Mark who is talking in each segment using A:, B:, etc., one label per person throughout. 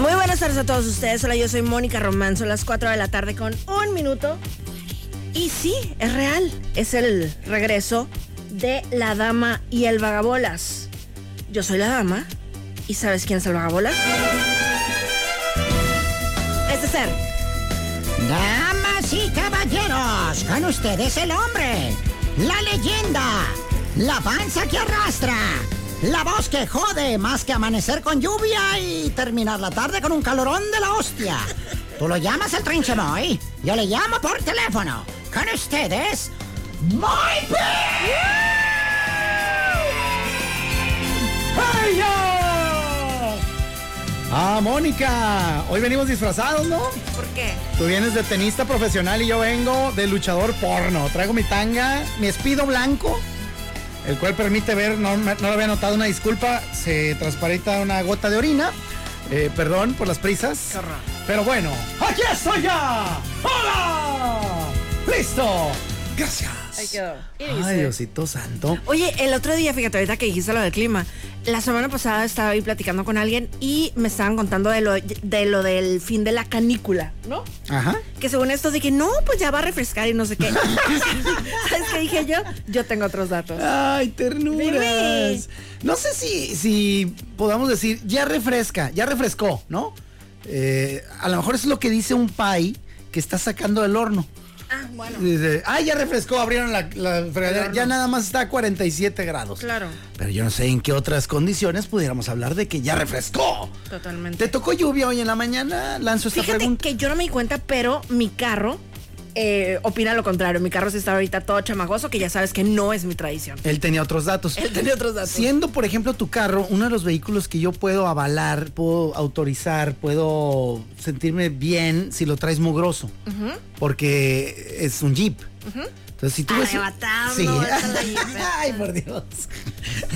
A: Muy buenas tardes a todos ustedes. Hola, yo soy Mónica Román. Son las 4 de la tarde con un minuto. Y sí, es real. Es el regreso de La Dama y el Vagabolas. Yo soy la dama. ¿Y sabes quién es el Vagabolas? Este ser.
B: Damas y caballeros, con ustedes el hombre, la leyenda, la panza que arrastra, la voz que jode más que amanecer con lluvia y terminar la tarde con un calorón de la hostia. Tú lo llamas el trinche boy, yo le llamo por teléfono. Con ustedes, Moy
C: Ah, Mónica, hoy venimos disfrazados, ¿no?
A: ¿Por qué?
C: Tú vienes de tenista profesional y yo vengo de luchador porno. Traigo mi tanga, mi espido blanco, el cual permite ver, no, me- no lo había notado, una disculpa, se transparenta una gota de orina. Eh, perdón por las prisas. Pero bueno, aquí estoy ya. ¡Hola! ¡Listo! Gracias.
A: Ahí quedó. ¿Qué
C: Ay,
A: dice?
C: Diosito Santo.
A: Oye, el otro día, fíjate, ahorita que dijiste lo del clima, la semana pasada estaba ahí platicando con alguien y me estaban contando de lo, de lo del fin de la canícula, ¿no?
C: Ajá.
A: Que según esto dije, no, pues ya va a refrescar y no sé qué. ¿Sabes qué dije yo? Yo tengo otros datos.
C: Ay, ternuras.
A: Bebé.
C: No sé si, si podamos decir, ya refresca, ya refrescó, ¿no? Eh, a lo mejor es lo que dice un pay que está sacando del horno.
A: Ah, bueno.
C: Dice, ah, ya refrescó, abrieron la, la fregadera, ya nada más está a 47 grados.
A: Claro.
C: Pero yo no sé en qué otras condiciones pudiéramos hablar de que ya refrescó.
A: Totalmente.
C: ¿Te tocó lluvia hoy en la mañana? Lanzo esta
A: Fíjate
C: pregunta.
A: que yo no me di cuenta, pero mi carro eh, opina lo contrario. Mi carro se está ahorita todo chamagoso, que ya sabes que no es mi tradición.
C: Él tenía otros datos.
A: Él tenía otros datos.
C: Siendo, por ejemplo, tu carro uno de los vehículos que yo puedo avalar, puedo autorizar, puedo sentirme bien si lo traes mugroso. Porque es un jeep. Entonces, si tú ves-
A: Arrebatando
C: Sí.
A: esa la jeepeta.
C: Ay, por Dios.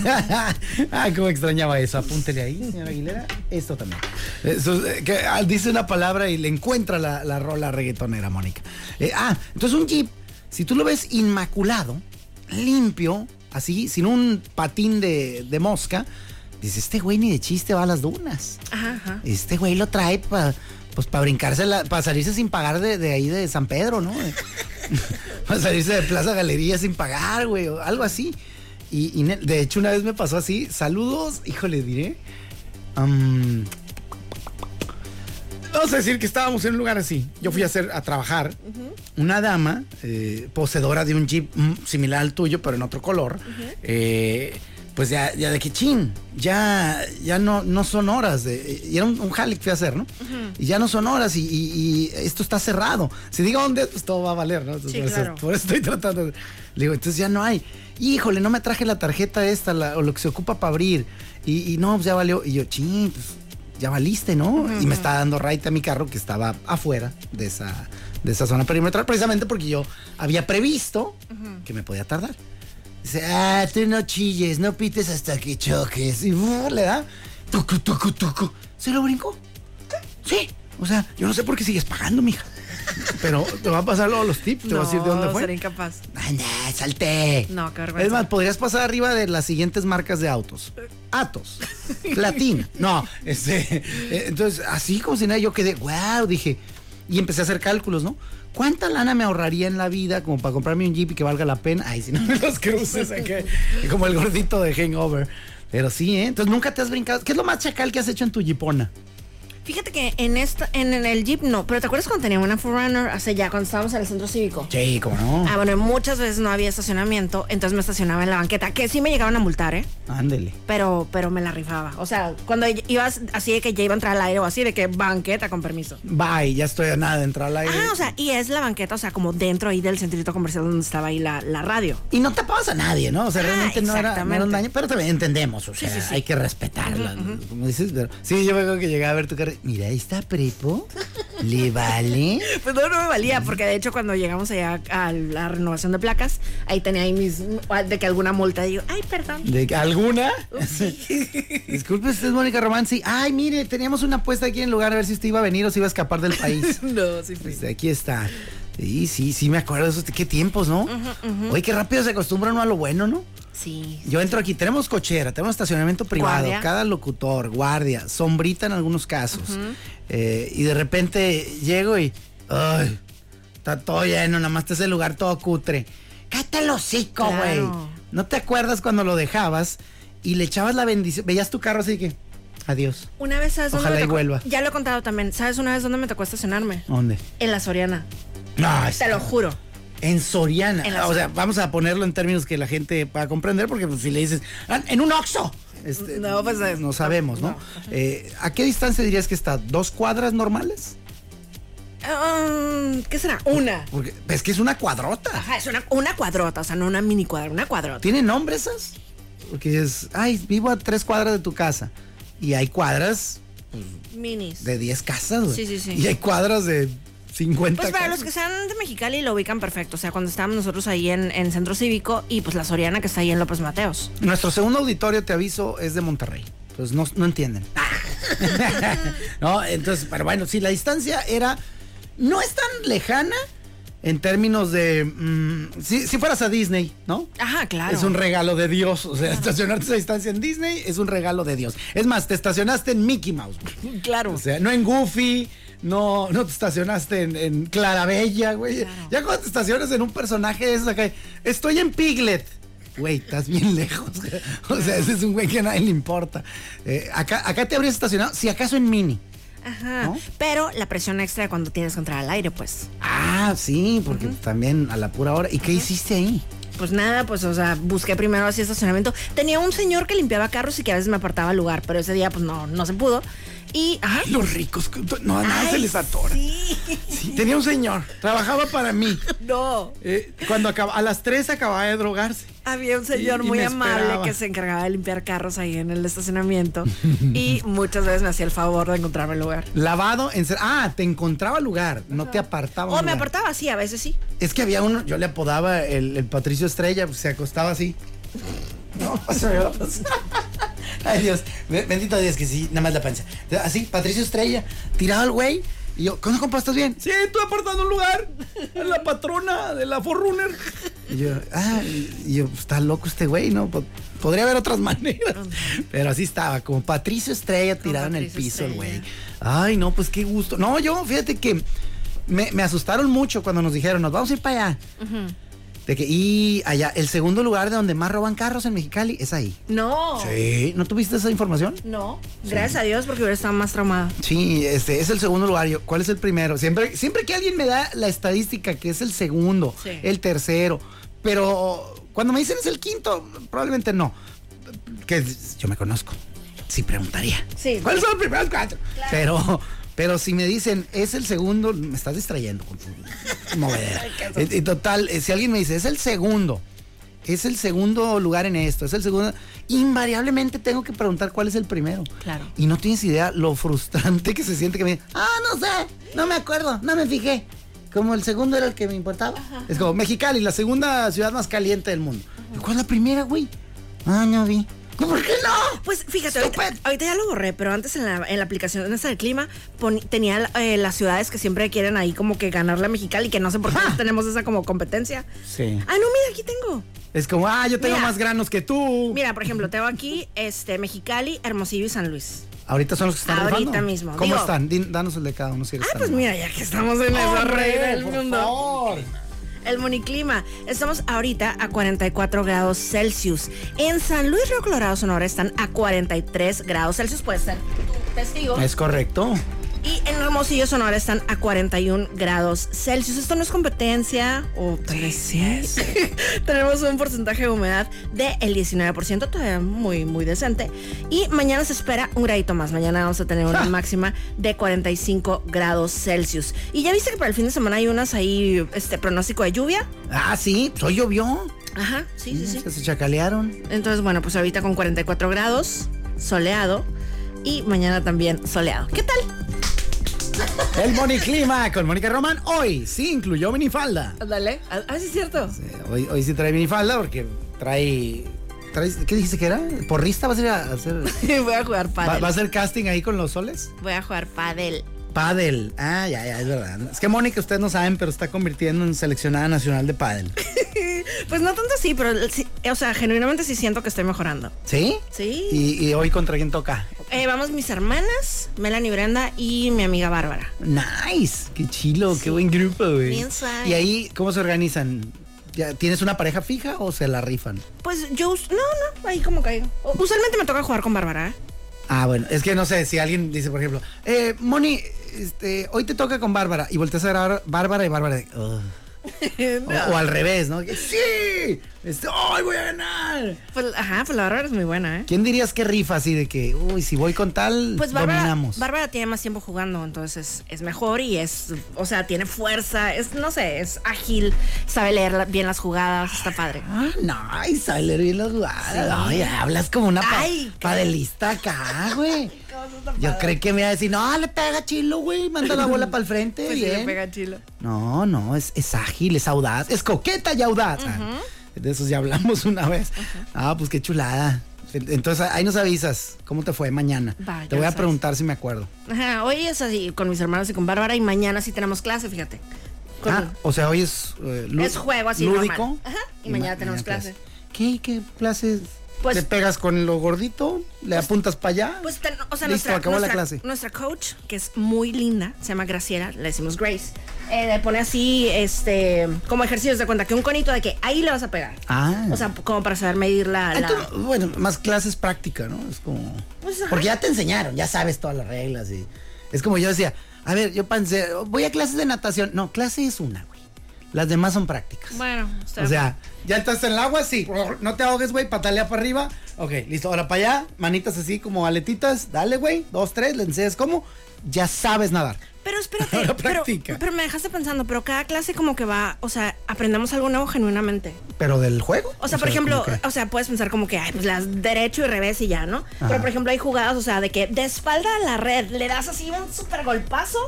C: Ay, cómo extrañaba eso. Apúntele ahí, señora Aguilera. Esto también. Eso, eh, que, ah, dice una palabra y le encuentra la, la rola reggaetonera, Mónica. Eh, ah, entonces un jeep, si tú lo ves inmaculado, limpio, así, sin un patín de, de mosca, dice, este güey ni de chiste va a las dunas.
A: Ajá, ajá.
C: Este güey lo trae para pues para brincarse, para salirse sin pagar de, de ahí de San Pedro, ¿no? para salirse de Plaza Galería sin pagar, güey, o algo así. Y, y ne- de hecho una vez me pasó así, saludos, híjole, diré. am, Vamos a decir que estábamos en un lugar así. Yo fui a hacer a trabajar. Una dama eh, poseedora de un jeep mm, similar al tuyo, pero en otro color. eh, pues ya, ya de que chin, ya, ya no, no son horas. de- eh, y era un, un jale que fui a hacer, ¿no? Y ya no son horas y, y- y esto está cerrado. Si digo dónde, pues todo va a valer, ¿no? Entonces, pues,
A: Sí,
C: por, eso-
A: claro.
C: por eso estoy tratando. de- Le digo, entonces ya no hay. Híjole, no me traje la tarjeta esta la- o lo que se ocupa para abrir. Y, y no, pues ya valió. Y yo, chin, pues ya valiste, ¿no? Y me estaba dando right a mi carro que estaba afuera de esa, de esa zona perimetral, precisamente porque yo había previsto que me podía tardar. Dice, ah, tú no chilles, no pites hasta que choques. Y ¡fuu! le da, tucu, tucu, tucu. Se lo brincó. Sí. O sea, yo no sé por qué sigues pagando, mija. Pero te va a pasar luego los tips, te va a decir de dónde
A: No,
C: fue.
A: seré incapaz.
C: Ay, nah, salté.
A: No, qué vergüenza.
C: Es más, podrías pasar arriba de las siguientes marcas de autos. Atos, Platina. No, este, eh, entonces, así como si nada, yo quedé, wow, dije, y empecé a hacer cálculos, ¿no? ¿Cuánta lana me ahorraría en la vida como para comprarme un jeep y que valga la pena? Ay, si no me los cruces, ¿a qué? como el gordito de Hangover. Pero sí, ¿eh? Entonces, ¿nunca te has brincado? ¿Qué es lo más chacal que has hecho en tu jeepona?
A: Fíjate que en esta, en, en el Jeep no, pero ¿te acuerdas cuando tenía una Forerunner hace ya, cuando estábamos en el centro cívico?
C: Sí, cómo no.
A: Ah, bueno, muchas veces no había estacionamiento, entonces me estacionaba en la banqueta, que sí me llegaban a multar, ¿eh?
C: Ándele.
A: Pero, pero me la rifaba. O sea, cuando ibas así de que ya iba a entrar al aire o así, de que banqueta con permiso.
C: Bye, ya estoy a nada de entrar al aire.
A: Ah, o sea, y es la banqueta, o sea, como dentro ahí del centrito comercial donde estaba ahí la, la radio.
C: Y no tapabas a nadie, ¿no? O sea,
A: Ah,
C: realmente no, era, no era un
A: exactamente.
C: daño, pero también entendemos, o sea,
A: sí, sí.
C: hay que respetarla. Como dices, pero- sí, yo me acuerdo que llegaba a ver tu carro. Mira, ahí está Prepo. ¿Le vale?
A: Pues no, no me valía, porque de hecho cuando llegamos allá a la renovación de placas, ahí tenía ahí mis, de que alguna multa, digo, ay, perdón.
C: ¿De alguna?
A: Upsi.
C: Disculpe, usted es Mónica Román. Sí. Ay, mire, teníamos una apuesta aquí en el lugar a ver si usted iba a venir o si iba a escapar del país.
A: no, sí fui.
C: Pues aquí está. Sí, sí, sí, me acuerdo. de esos- Qué tiempos, ¿no? Oye, qué rápido se acostumbra uno a lo bueno, ¿no?
A: Sí.
C: Yo entro aquí, tenemos cochera, tenemos estacionamiento privado,
A: Guardia.
C: cada locutor, guardia, sombrita en algunos casos. Eh, y de repente llego y. ¡Ay! Está todo lleno, nada más está ese lugar todo cutre. ¡Cállate el hocico,
A: Claro.
C: güey! ¿No te acuerdas cuando lo dejabas y le echabas la bendición? Veías tu carro así que. Adiós.
A: Una vez, ¿sabes
C: Ojalá
A: dónde me
C: y
A: tocó?
C: vuelva.
A: Ya lo he contado también. ¿Sabes una vez dónde me tocó estacionarme?
C: ¿Dónde?
A: En la Soriana.
C: No,
A: Te lo juro.
C: En Soriana. Ah,
A: En la
C: o sea,
A: Soriana.
C: vamos a ponerlo en términos que la gente va a comprender, porque pues, si le dices, "Ah, en un Oxxo. este,
A: No, pues, eh,
C: no sabemos, ¿no?
A: no.
C: Eh, ¿A qué distancia dirías que está? ¿Dos cuadras normales?
A: Um, ¿Qué será? Una.
C: Porque es que es una cuadrota.
A: Ajá, es una, una cuadrota, o sea, no una mini cuadra, una cuadrota.
C: ¿Tiene nombre esas? Porque es, ay, vivo a tres cuadras de tu casa. Y hay cuadras
A: Minis.
C: de 10 casas, güey.
A: Sí, sí, sí.
C: Y hay cuadras de 50
A: Pues para
C: casas.
A: los que sean de Mexicali lo ubican perfecto. O sea, cuando estábamos nosotros ahí en, en Centro Cívico y pues la Soriana que está ahí en López Mateos.
C: Nuestro segundo auditorio, te aviso, es de Monterrey. Entonces no, no entienden. no, entonces, pero bueno, sí, la distancia era. No es tan lejana en términos de. mm, si, si fueras a Disney, ¿no?
A: Ajá, Ah, claro.
C: Es un regalo de Dios. O sea, estacionarte esa distancia en Disney es un regalo de Dios. Es más, te estacionaste en Mickey Mouse. güey.
A: Claro.
C: O sea, no en Goofy, no, no te estacionaste en, en Clarabella, güey. Ya cuando te estacionas en un personaje de esos acá, estoy en Piglet. Güey, estás bien lejos. güey. O sea, ese es un güey que a nadie le importa. Eh, acá, acá te habrías estacionado, si acaso en Mini.
A: Ajá.
C: ¿no?
A: Pero la presión extra de cuando tienes que entrar al aire, pues.
C: Ah, sí, porque también a la pura hora. ¿Y qué hiciste ahí?
A: Pues nada, pues, o sea, busqué primero así estacionamiento. Tenía un señor que limpiaba carros y que a veces me apartaba lugar, pero ese día, pues no, no se pudo. Y. ah, Ajá.
C: Los ricos, no, a nada se
A: Ay,
C: les atora.
A: Sí.
C: Sí, tenía un señor, trabajaba para mí.
A: No.
C: Eh, cuando acaba, a las 3 acababa de drogarse.
A: Había un señor
C: Y- y
A: muy
C: me
A: amable
C: esperaba.
A: que se encargaba de limpiar carros ahí en el estacionamiento y muchas veces me hacía el favor de encontrarme el lugar.
C: Lavado, en Ah, te encontraba lugar, no te apartaba.
A: O
C: un
A: Oh, me
C: lugar.
A: apartaba, sí, a veces sí.
C: Es que había uno, yo le apodaba el, el Patricio Estrella, pues, se acostaba así. No, se me va a pasar. Ay, Dios. be- Bendito Dios que sí, nada más la panza. Así, Patricio Estrella, tirado al güey. Y yo, ¿cómo compa estás bien? Sí, estoy apartando un lugar. La patrona de la Forerunner. Y yo, ah, y yo, pues, está loco este güey, ¿no? Po- Podría haber otras maneras. Pero así estaba, como Patricio Estrella tirado en el
A: Patricio
C: piso, el güey.
A: Estrella.
C: Ay, no, pues qué gusto. No, yo, fíjate que me, me asustaron mucho cuando nos dijeron, nos vamos a ir para allá. De que, y allá, el segundo lugar de donde más roban carros en Mexicali es ahí.
A: No.
C: Sí. ¿No tuviste esa información?
A: No. Gracias a Dios porque hubiera estado más traumada.
C: Sí, este es el segundo lugar. Yo, ¿Cuál es el primero? Siempre, siempre que alguien me da la estadística que es el segundo,
A: Sí.
C: el tercero, pero cuando me dicen es el quinto, probablemente no. Que yo me conozco. Sí preguntaría.
A: Sí.
C: ¿Cuáles son los primeros cuatro? Pero, pero si me dicen es el segundo, me estás distrayendo con tu movedera. En- en total, eh, si alguien me dice es el segundo. Es el segundo lugar en esto, es el segundo. Invariablemente tengo que preguntar cuál es el primero.
A: Claro.
C: Y no tienes idea lo frustrante que se siente que me digan, ah, no sé, no me acuerdo, no me fijé. Como el segundo era el que me importaba. Es como Mexicali, la segunda ciudad más caliente del mundo. ¿Y ¿Cuál es la primera, güey? Ah, no vi. "No, ¿Por qué no?
A: Pues fíjate, ahorita,
C: Stupid.
A: ahorita ya lo borré, pero antes en la, en la aplicación esa del clima pon- tenía eh, las ciudades que siempre quieren ahí como que ganar la Mexicali, que no sé por qué
C: Ajá.
A: tenemos esa como competencia.
C: Sí.
A: Ah, no, mira, aquí tengo.
C: Es como, ah, yo tengo
A: Mira.
C: más granos que tú.
A: Mira, por ejemplo, tengo aquí este Mexicali, Hermosillo y San Luis.
C: Ahorita son los que están
A: Ahorita
C: rifando.
A: mismo.
C: ¿Cómo
A: Digo-
C: están? Din- danos el de cada uno si eres
A: Ah,
C: tan
A: pues
C: amable.
A: mira, ya que estamos en esa
C: Hombre,
A: rey del
C: por
A: mundo.
C: favor.
A: El Moniclima. Estamos ahorita a 44 grados Celsius. En San Luis Río Colorado, Sonora, están a 43 grados Celsius. Puedes ser tu testigo.
C: Es correcto.
A: Y en Hermosillo, Sonora, están a 41 grados Celsius. Esto no es competencia, o tal vez sí es. Tenemos un porcentaje de humedad del 19%, todavía muy, muy decente. Y mañana se espera un gradito más. Mañana vamos a tener una máxima de 45 grados Celsius. Y ya viste que para el fin de semana hay unas ahí, este pronóstico de lluvia.
C: Ah, sí, pues hoy llovió.
A: Ajá, sí, sí, sí.
C: Que Se chacalearon.
A: Entonces, bueno, pues ahorita con 44 grados, soleado. Y mañana también soleado. ¿Qué tal?
C: El Moniclima con Mónica Román hoy sí incluyó minifalda.
A: Ándale. Ah, sí, es cierto.
C: Eh, Hoy, hoy sí trae minifalda porque trae, trae- ¿Qué dijiste que era? ¿Porrista? ¿Vas a ir a hacer,
A: Voy a jugar
C: va,
A: pádel.
C: va a hacer casting ahí con los soles?
A: Voy a jugar pádel.
C: Padel. Ah, ya, ya, es verdad. Es que Mónica, ustedes no saben, pero está convirtiendo en seleccionada nacional de padel.
A: Pues no tanto sí, pero sí, o sea, genuinamente sí siento que estoy mejorando.
C: ¿Sí?
A: Sí.
C: ¿Y, y hoy contra quién toca?
A: Eh, vamos mis hermanas, Melanie Brenda y mi amiga Bárbara.
C: Nice, qué chilo, qué buen grupo, güey.
A: Bien suave.
C: ¿Y ahí cómo se organizan? ¿Ya ¿Tienes una pareja fija o se la rifan?
A: Pues yo us- no, no, ahí como caigo. O- Usualmente me toca jugar con Bárbara. ¿eh?
C: Ah, bueno, es que no sé, si alguien dice, por ejemplo, eh, Moni, este, hoy te toca con Bárbara y volteas a ver a Bárbara y Bárbara de, "Ugh".
A: ¿eh?
C: O- o, al revés, ¿no? Que, ¡Sí! Este, ¡Hoy voy a ganar!
A: Pues ajá, pues la Bárbara es muy buena, ¿eh?
C: ¿Quién dirías que rifa así de que, uy, si voy con tal,
A: Pues Bárbara,
C: dominamos?
A: Bárbara tiene más tiempo jugando, entonces es mejor y es, o sea, tiene fuerza, es, no sé, es ágil, sabe leer la- bien las jugadas, está padre.
C: Ah, nice, ay, le vi las jugadas. Ay, hablas como una pa-
A: Ay, qué-
C: padelista acá, güey. Yo creí que me iba a decir, no, le pega chilo, güey, manda la bola para el frente.
A: Pues sí, le
C: bien".
A: pega chilo.
C: No, no, es, es ágil, es audaz, es coqueta y audaz. Ah, De esos ya hablamos una vez. Ah, pues qué chulada. Entonces ahí nos avisas cómo te fue mañana.
A: Va, ya
C: te
A: lo
C: voy a
A: sabes.
C: preguntar si me acuerdo.
A: Ajá, hoy es así con mis hermanos y con Bárbara y mañana sí tenemos clase, fíjate. Con-
C: Ah, o sea, hoy es eh, lú-
A: Es juego así,
C: lúdico.
A: normal. Ajá, y mañana tenemos clase.
C: ¿Qué, qué clases?
A: Pues-
C: ¿Te pegas con lo gordito? ¿Le apuntas para allá?
A: Pues, ten- o sea,
C: Listo,
A: nuestra,
C: acabó
A: nuestra-
C: la clase.
A: nuestra coach, que es muy linda, se llama Graciela, le decimos Grace, eh, le pone así, este, como ejercicios de cuenta, que un conito de que ahí le vas a pegar.
C: Ah.
A: O sea, como para saber medir la...
C: Ah,
A: la-
C: entonces, bueno, más clases práctica, ¿no? Es como.
A: Pues, ajá.
C: porque ya te enseñaron, ya sabes todas las reglas y. Es como yo decía, a ver, yo pensé, "Oh, voy a clases de natación. No, clase es una, güey. Las demás son prácticas.
A: Bueno, está
C: O sea, ya estás en el agua, sí. No te ahogues, güey, patalea para arriba. Ok, listo, ahora para allá, manitas así como aletitas. Dale, güey, dos, tres, le enseñas cómo. Ya sabes nadar.
A: Pero espérate,
C: Ahora
A: pero,
C: practica.
A: pero me dejaste pensando, pero cada clase como que va, o sea, aprendemos algo nuevo genuinamente.
C: Pero del juego.
A: O sea, por ejemplo,
C: como que-
A: o sea, puedes pensar como que, ay, pues las derecho y revés y ya, ¿no? Pero por ejemplo, hay jugadas, o sea, de que de espalda a la red le das así un super golpazo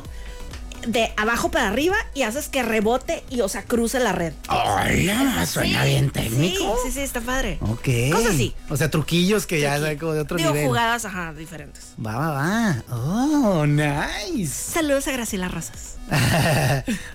A: de abajo para arriba y haces que rebote y, o sea, cruce la red.
C: ¡Hola! Suena bien técnico.
A: Sí, sí, sí, está padre.
C: Ok.
A: Cosas así.
C: O sea, truquillos que ya es algo de otro
A: Digo,
C: nivel.
A: jugadas, ajá, diferentes.
C: Va, va, va. Oh, nice.
A: Saludos a Graciela Razas.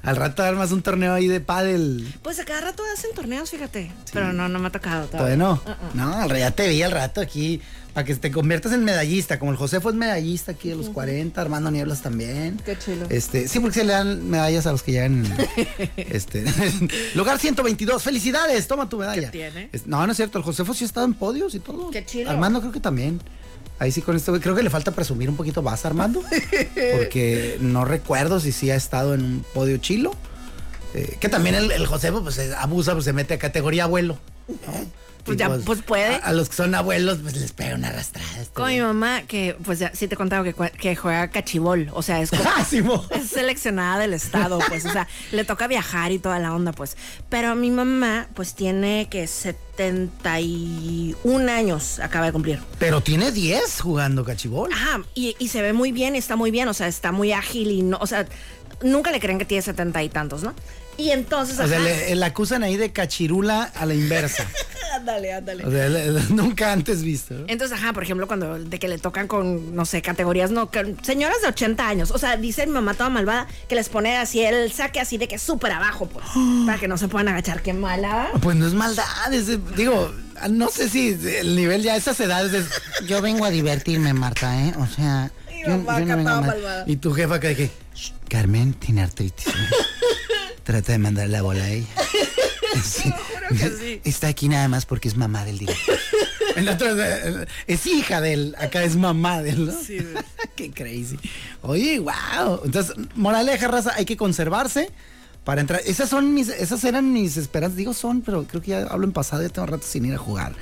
C: Al rato armas un torneo ahí de pádel.
A: Pues a cada rato hacen torneos, fíjate. Pero no, no me ha tocado
C: Todavía
A: todavía.
C: no.
A: Uh-uh.
C: No, al rato ya te vi al rato aquí. Para que te conviertas en medallista. Como el Josefo es medallista aquí de los 40, Armando Nieblas también.
A: Qué chulo.
C: Este, sí, porque se le dan medallas a los que llegan. en- este, lugar 122. ¡Felicidades! Toma tu medalla.
A: ¿Qué tiene?
C: Es- no, no es cierto. El Josefo sí ha estado en podios y todo.
A: Qué chilo.
C: Armando creo que también. Ahí sí con este güey. Creo que le falta presumir un poquito más, a Armando. Porque no recuerdo si sí ha estado en un podio chilo. Eh, que también el, el Josefo pues eh, abusa, pues se mete a categoría abuelo. ¿no?
A: Pues
C: Y,
A: ya, pues, puede.
C: A, a los que son abuelos, pues les pega una arrastrada. este
A: Con mi mamá, que pues ya sí te he contado que, cua- que juega cachibol. O sea, es como.
C: Ah, sí, mo.
A: es seleccionada del estado, pues, o sea, le toca viajar y toda la onda, pues. Pero mi mamá, pues, tiene que 71 años, acaba de cumplir.
C: Pero tiene 10 jugando cachibol.
A: Ajá, y, y se ve muy bien, está muy bien, o sea, está muy ágil y no, o sea, nunca le creen que tiene setenta y tantos, ¿no? Y entonces,
C: O sea,
A: ajá,
C: le, le acusan ahí de cachirula a la inversa.
A: ándale, ándale.
C: O sea, le- le- nunca antes visto. ¿no?
A: Entonces, ajá, por ejemplo, cuando de que le tocan con, no sé, categorías, no, con señoras de 80 años. O sea, dice mi mamá toda malvada que les pone así el saque así de que súper abajo, pues, para que no se puedan agachar. Qué mala.
C: Pues no es maldad, es- digo, no sé si el nivel ya a esas edades es... Yo vengo a divertirme, Marta, ¿eh? O sea...
A: Y mamá acá
C: a
A: toda
C: mal-
A: malvada.
C: Y tu jefa que dije, "Shh, Carmen tiene artritis. ¿eh? Trata de mandar la bola a ella. Sí.
A: juro que sí.
C: Está aquí nada más porque es mamá del director. El otro es, eh, es hija de él, acá es mamá de él, ¿no?
A: Sí, güey.
C: Qué crazy. Oye, wow. Entonces, moraleja, raza, hay que conservarse para entrar. Esas son mis, esas eran mis esperanzas. Digo son, pero creo que ya hablo en pasado, ya tengo rato sin ir a jugar.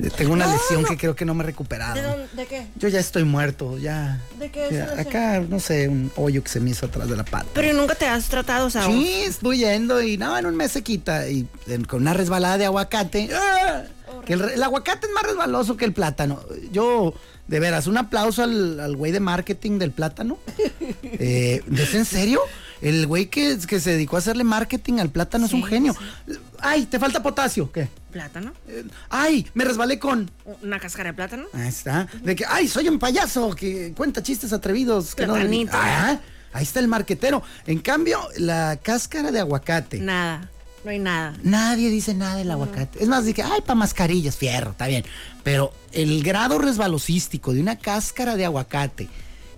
C: Eh, Tengo una
A: No,
C: lesión
A: no.
C: que creo que no me he recuperado.
A: ¿De, dónde- de qué?
C: Yo ya estoy muerto, ya.
A: ¿De qué es
C: Ya,
A: esa lesión?
C: Acá, no sé, un hoyo que se me hizo atrás de la pata.
A: Pero nunca te has tratado, o sea,
C: Sí, estoy yendo y no, en un mes se quita. Y en- con una resbalada de aguacate. ¡ah! Que el, re- el aguacate es más resbaloso que el plátano. Yo, de veras, un aplauso al al güey de marketing del plátano. Eh, ¿Es en serio? El güey que, que se dedicó a hacerle marketing al plátano es un genio. Ay, te falta potasio. ¿Qué?
A: plátano.
C: Eh, Ay, me resbalé con.
A: Una cáscara de plátano.
C: Ahí está. De que, ay, soy un payaso que cuenta chistes atrevidos. Que no deben-".
A: Platanito.
C: Ah, ahí está el marquetero. En cambio, la cáscara de aguacate.
A: Nada. No hay nada.
C: Nadie dice nada del aguacate. Es más, dije, ay, para mascarillas, fierro, está bien. Pero el grado resbalosístico de una cáscara de aguacate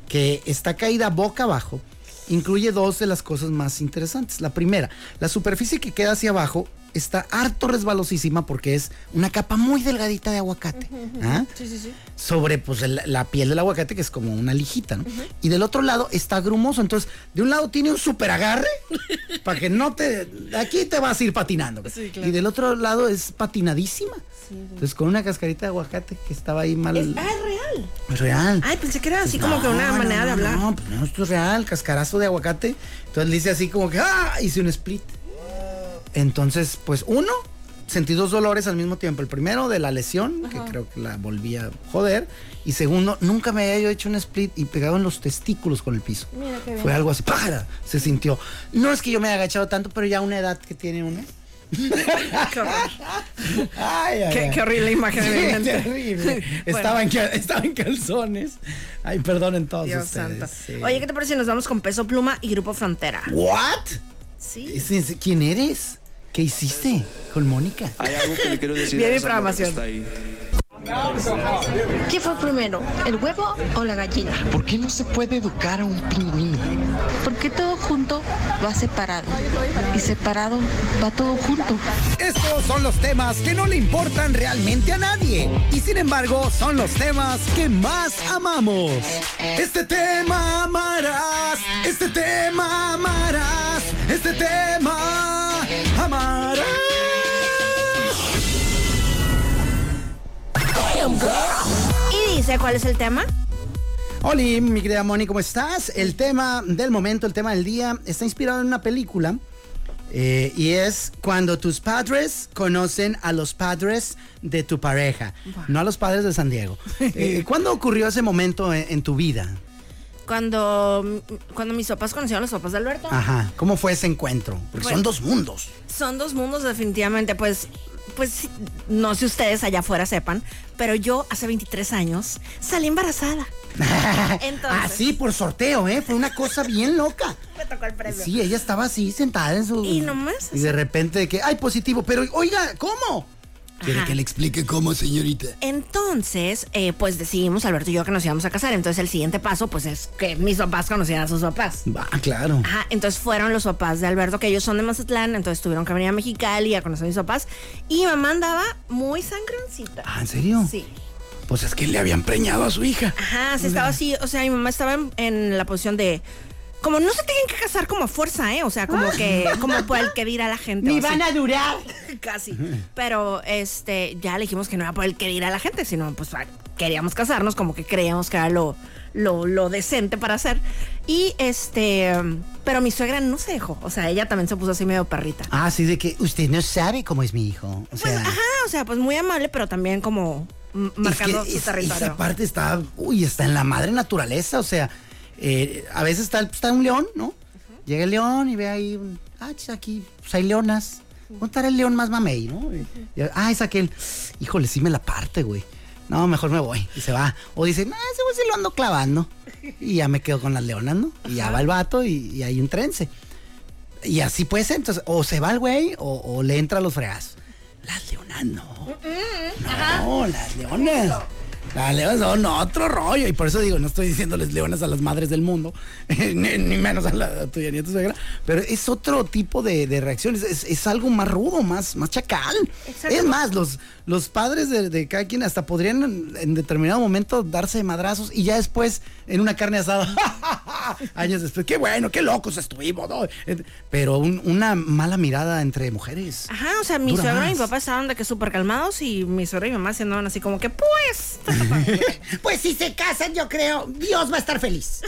C: que está caída boca abajo incluye dos de las cosas más interesantes. La primera, la superficie que queda hacia abajo está harto resbalosísima porque es una capa muy delgadita de aguacate. ¿ah?
A: Sí, sí, sí.
C: sobre pues, el- la piel del aguacate, que es como una lijita, ¿no? Y del otro lado está grumoso. Entonces, de un lado tiene un super agarre para que no te. Aquí te vas a ir patinando.
A: Sí, claro.
C: Y del otro lado es patinadísima. Entonces, con una cascarita de aguacate que estaba ahí mal.
A: Es, ah, es real.
C: Real.
A: Ay, pensé que era así
C: Pues
A: como
C: no,
A: que una
C: no,
A: manera de
C: no,
A: hablar.
C: No, pues no, esto es real, cascarazo de aguacate. Entonces le hice así como que, ¡ah! Hice un split. Entonces, pues uno, sentí dos dolores al mismo tiempo. El primero de la lesión, que creo que la volví a joder. Y segundo, nunca me había yo hecho un split y pegado en los testículos con el piso.
A: Mira qué bien.
C: Fue algo así, ¡pájara! Se sintió. No es que yo me haya agachado tanto, pero ya una edad que tiene uno.
A: Qué, horror.
C: Ay, ay,
A: Qué-
C: ay.
A: qué horrible imagen de mi
C: Sí,
A: mente.
C: terrible.
A: Bueno.
C: Estaba, en, cal- estaba en calzones. Ay, perdonen todos
A: Dios
C: ustedes.
A: santo.
C: sí.
A: Oye, ¿qué te parece si nos vamos con Peso Pluma y Grupo Frontera?
C: ¿What?
A: Sí.
C: Es- es- ¿Quién eres? ¿Qué hiciste con Mónica?
D: Hay algo que le quiero decir
A: Viene
D: a esa morra que
A: programación.
D: está ahí.
E: ¿Qué fue primero, el huevo o la gallina?
F: ¿Por qué no se puede educar a un pingüino?
E: Porque todo junto va separado y separado va todo junto.
C: Estos son los temas que no le importan realmente a nadie. Y sin embargo, son los temas que más amamos. Este tema amarás. Este tema amarás. Este tema amarás.
A: Y dice cuál es el tema.
C: Hola, mi querida Moni, ¿cómo estás? El tema del momento, el tema del día, está inspirado en una película eh, y es cuando tus padres conocen a los padres de tu pareja, no a los padres de San Diego. Eh, ¿Cuándo ocurrió ese momento en, en tu vida?
A: Cuando, cuando mis papás conocieron a los papás de Alberto.
C: Ajá, ¿cómo fue ese encuentro? Porque son
A: Bueno.
C: dos mundos.
A: Son dos mundos definitivamente, pues, pues sí, no sé si ustedes allá afuera sepan, pero yo hace 23 años salí embarazada. Entonces,
C: Así, Ah, por sorteo, ¿eh? Fue una cosa bien loca.
A: me tocó el premio.
C: Sí, ella estaba así sentada en su.
A: Y nomás,
C: Y de repente de que, ay, positivo, pero oiga, ¿cómo? ¿Quiere
A: Ajá.
C: que le explique cómo, señorita?
A: Entonces, eh, pues decidimos, Alberto y yo, que nos íbamos a casar. Entonces, el siguiente paso, pues, es que mis papás conocieran a sus papás.
C: Va, claro.
A: Ajá, entonces fueron los papás de Alberto, que ellos son de Mazatlán, entonces tuvieron que venir a Mexicali a conocer a mis papás. Y mamá andaba muy sangroncita.
C: Ah, ¿en serio?
A: Sí.
C: Pues es que le habían preñado a su hija.
A: Ajá, se estaba así, o sea, mi mamá estaba en, en la posición de... Como no se tienen que casar como a fuerza, ¿eh? O sea, como que... Como por el que dirá la gente. o así.
C: Ah. a durar.
A: Casi. Pero este, ya le dijimos que no era por el que ir a la gente, sino pues ah, queríamos casarnos, como que creíamos que era lo, lo, lo decente para hacer. Y este, pero mi suegra no se dejó. O sea, ella también se puso así medio perrita.
C: Ah, sí, de que usted no sabe cómo es mi hijo. O
A: Pues,
C: sea,
A: ajá, o sea, pues muy amable, pero también como mm,
C: es que
A: marcando su
C: esa-
A: territorio.
C: Esa parte está, uy, está en la madre naturaleza. O sea, eh, a veces está, está un león, ¿no? Llega el león y ve ahí, un, ah, chis, aquí pues hay leonas. ¿Dónde estará el león más mamey, no? Y- y- ah, es aquel. Híjole, sí me la parte, güey. No, mejor me voy. Y se va. O dice, no, ese güey sí lo ando clavando. Y ya me quedo con las leonas, ¿no? Y ya va el vato y, y hay un trence. Y así puede ser. Entonces, o se va el güey o, o le entra a los fregazos. Las leonas no. No, las leonas. Las leonas son otro rollo. Y por eso digo, no estoy diciéndoles leonas a las madres del mundo, ni, ni menos a, la, a tu ni a tu suegra. Pero es otro tipo de, de reacciones. Es, es algo más rudo, más, más chacal.
A: Exacto.
C: Es más, los, los padres de, de cada quien hasta podrían en, en determinado momento darse de madrazos y ya después en una carne asada. Años después, qué bueno, qué locos estuvimos. ¿no? Pero un- una mala mirada entre mujeres.
A: Ajá, o sea, mi
C: Dura
A: suegro y mi
C: más.
A: papá estaban de que súper calmados y mi suegro y mi mamá se andaban así como que, pues. ta, ta, ta".
B: Pues si se casan, yo creo, Dios va a estar feliz.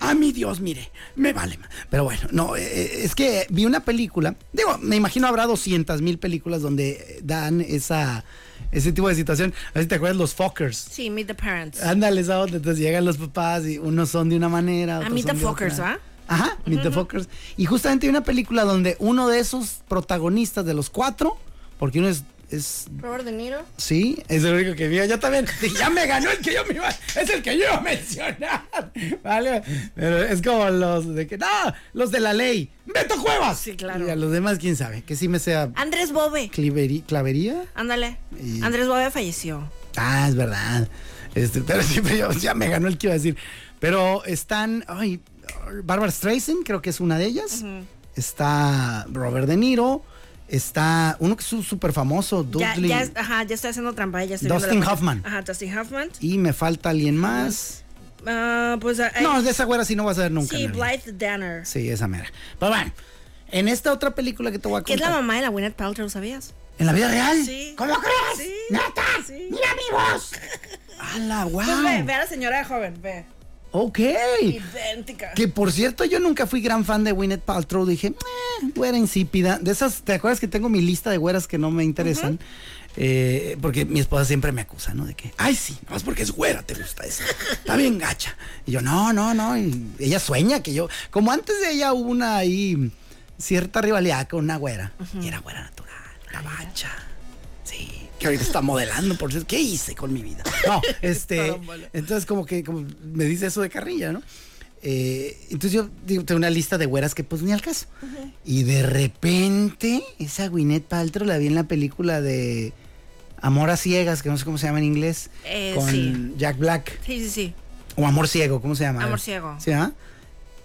C: A mi Dios, mire, me vale. ma- Pero bueno, no, eh, es que vi una película, digo, me imagino habrá 200 mil películas donde dan esa, ese tipo de situación. A ver si te acuerdas los fuckers.
A: sí, meet the parents.
C: Ándale, ¿sabes? Entonces llegan los papás y unos son de una manera. otros
A: Ah, meet
C: son
A: the
C: de
A: fuckers,
C: otra.
A: ¿va?
C: Ajá, Meet the Fuckers. Y justamente hay una película donde uno de esos protagonistas de los cuatro, porque uno es- es
A: Robert De Niro.
C: Sí, es el único que vio. Yo también. Dije, ya me ganó el que yo me iba. Es el que yo iba a mencionar. ¿Vale? Pero es como los de que. ¡No! Los de la ley. ¡Beto Cuevas!
A: Sí, claro.
C: Y a los demás, quién sabe. Que sí me sea.
A: Andrés Bove.
C: cliveri- ¿Clavería?
A: Ándale.
C: Y-
A: Andrés Bove falleció.
C: Ah, es verdad. Este, pero siempre yo. Ya me ganó el que iba a decir. Pero están. Ay, Barbara Streisand, creo que es una de ellas. Está Robert De Niro. Está uno que es súper famoso,
A: Ya,
C: Dudley.
A: ya, es- ajá, ya estoy haciendo trampa. Ya estoy viendo
C: Dustin
A: la-
C: Hoffman.
A: Ajá, Dustin Hoffman.
C: Y me falta alguien más.
A: Ah, pues. ah,
C: No,
A: eh,
C: de esa güera sí no vas a ver nunca.
A: sí,
C: nena.
A: Blythe Danner.
C: Sí, esa mera. Pero bueno, en esta otra película que te voy a
A: Que
C: contar.
A: es la mamá de la Gwyneth Paltrow, ¿sabías?
C: ¿En la vida real?
A: Sí.
B: ¿Cómo crees?
A: Sí.
B: ¡Neta!
A: Sí.
B: ¡Mira mi voz!
C: ¡Hala, wow!
A: Pues ve, ve a la señora de joven, ve.
C: Ok.
A: Idéntica.
C: Que por cierto, yo nunca fui gran fan de Gwyneth Paltrow. Dije, "Meh, güera insípida. De esas, ¿te acuerdas que tengo mi lista de güeras que no me interesan? Eh, porque mi esposa siempre me acusa, ¿no? De que, ay, sí, nomás porque es güera, te gusta eso. Está bien gacha. Y yo, no, no, no. Y ella sueña que yo. Como antes de ella hubo una ahí cierta rivalidad con una güera. Y era güera natural, la bacha. Sí. Que ahorita está modelando, por cierto. ¿Qué hice con mi vida? No, este. entonces, como que como me dice eso de carrilla, ¿no? Eh, entonces yo digo, tengo una lista de güeras que pues ni al caso. Y de repente, esa Gwyneth Paltrow la vi en la película de Amor a Ciegas, que no sé cómo se llama en inglés,
A: Eh,
C: con
A: sí.
C: Jack Black.
A: Sí, sí, sí.
C: O Amor Ciego, ¿cómo se llama? A
A: Amor
C: ver.
A: Ciego.
C: ¿Sí, ah?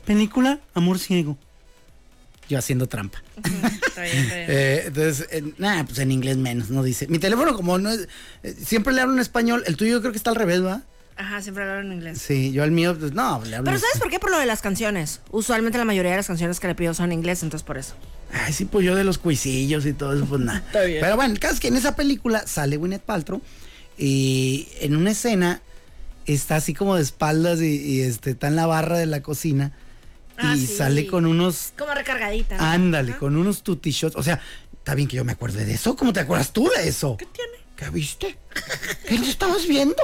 C: Película Amor Ciego. Yo haciendo trampa.
A: Está bien, está bien.
C: Eh, entonces, en- nada, pues en inglés menos, no dice. Mi teléfono como no es... eh, siempre le hablo en español, el tuyo yo creo que está al revés, ¿va?
A: Ajá, siempre hablaron en inglés.
C: Sí, yo al mío, pues no, le hablo...
A: Pero
C: en-
A: ¿sabes por qué? Por lo de las canciones. Usualmente la mayoría de las canciones que le pido son en inglés, entonces por eso.
C: Ay, sí, pues yo de los cuisillos y todo eso, pues nada.
A: Está bien.
C: Pero bueno, el caso es que en esa película sale Gwyneth Paltrow y en una escena está así como de espaldas y, y, este, está en la barra de la cocina
A: Ah,
C: y
A: sí.
C: sale con unos...
A: Como recargadita. ¿no?
C: Ándale,
A: Ajá.
C: con unos tutishots. O sea, está bien que yo me acuerde de eso. ¿Cómo te acuerdas tú de eso? ¿Qué
A: tiene?
C: ¿Qué viste? ¿Qué te estabas viendo?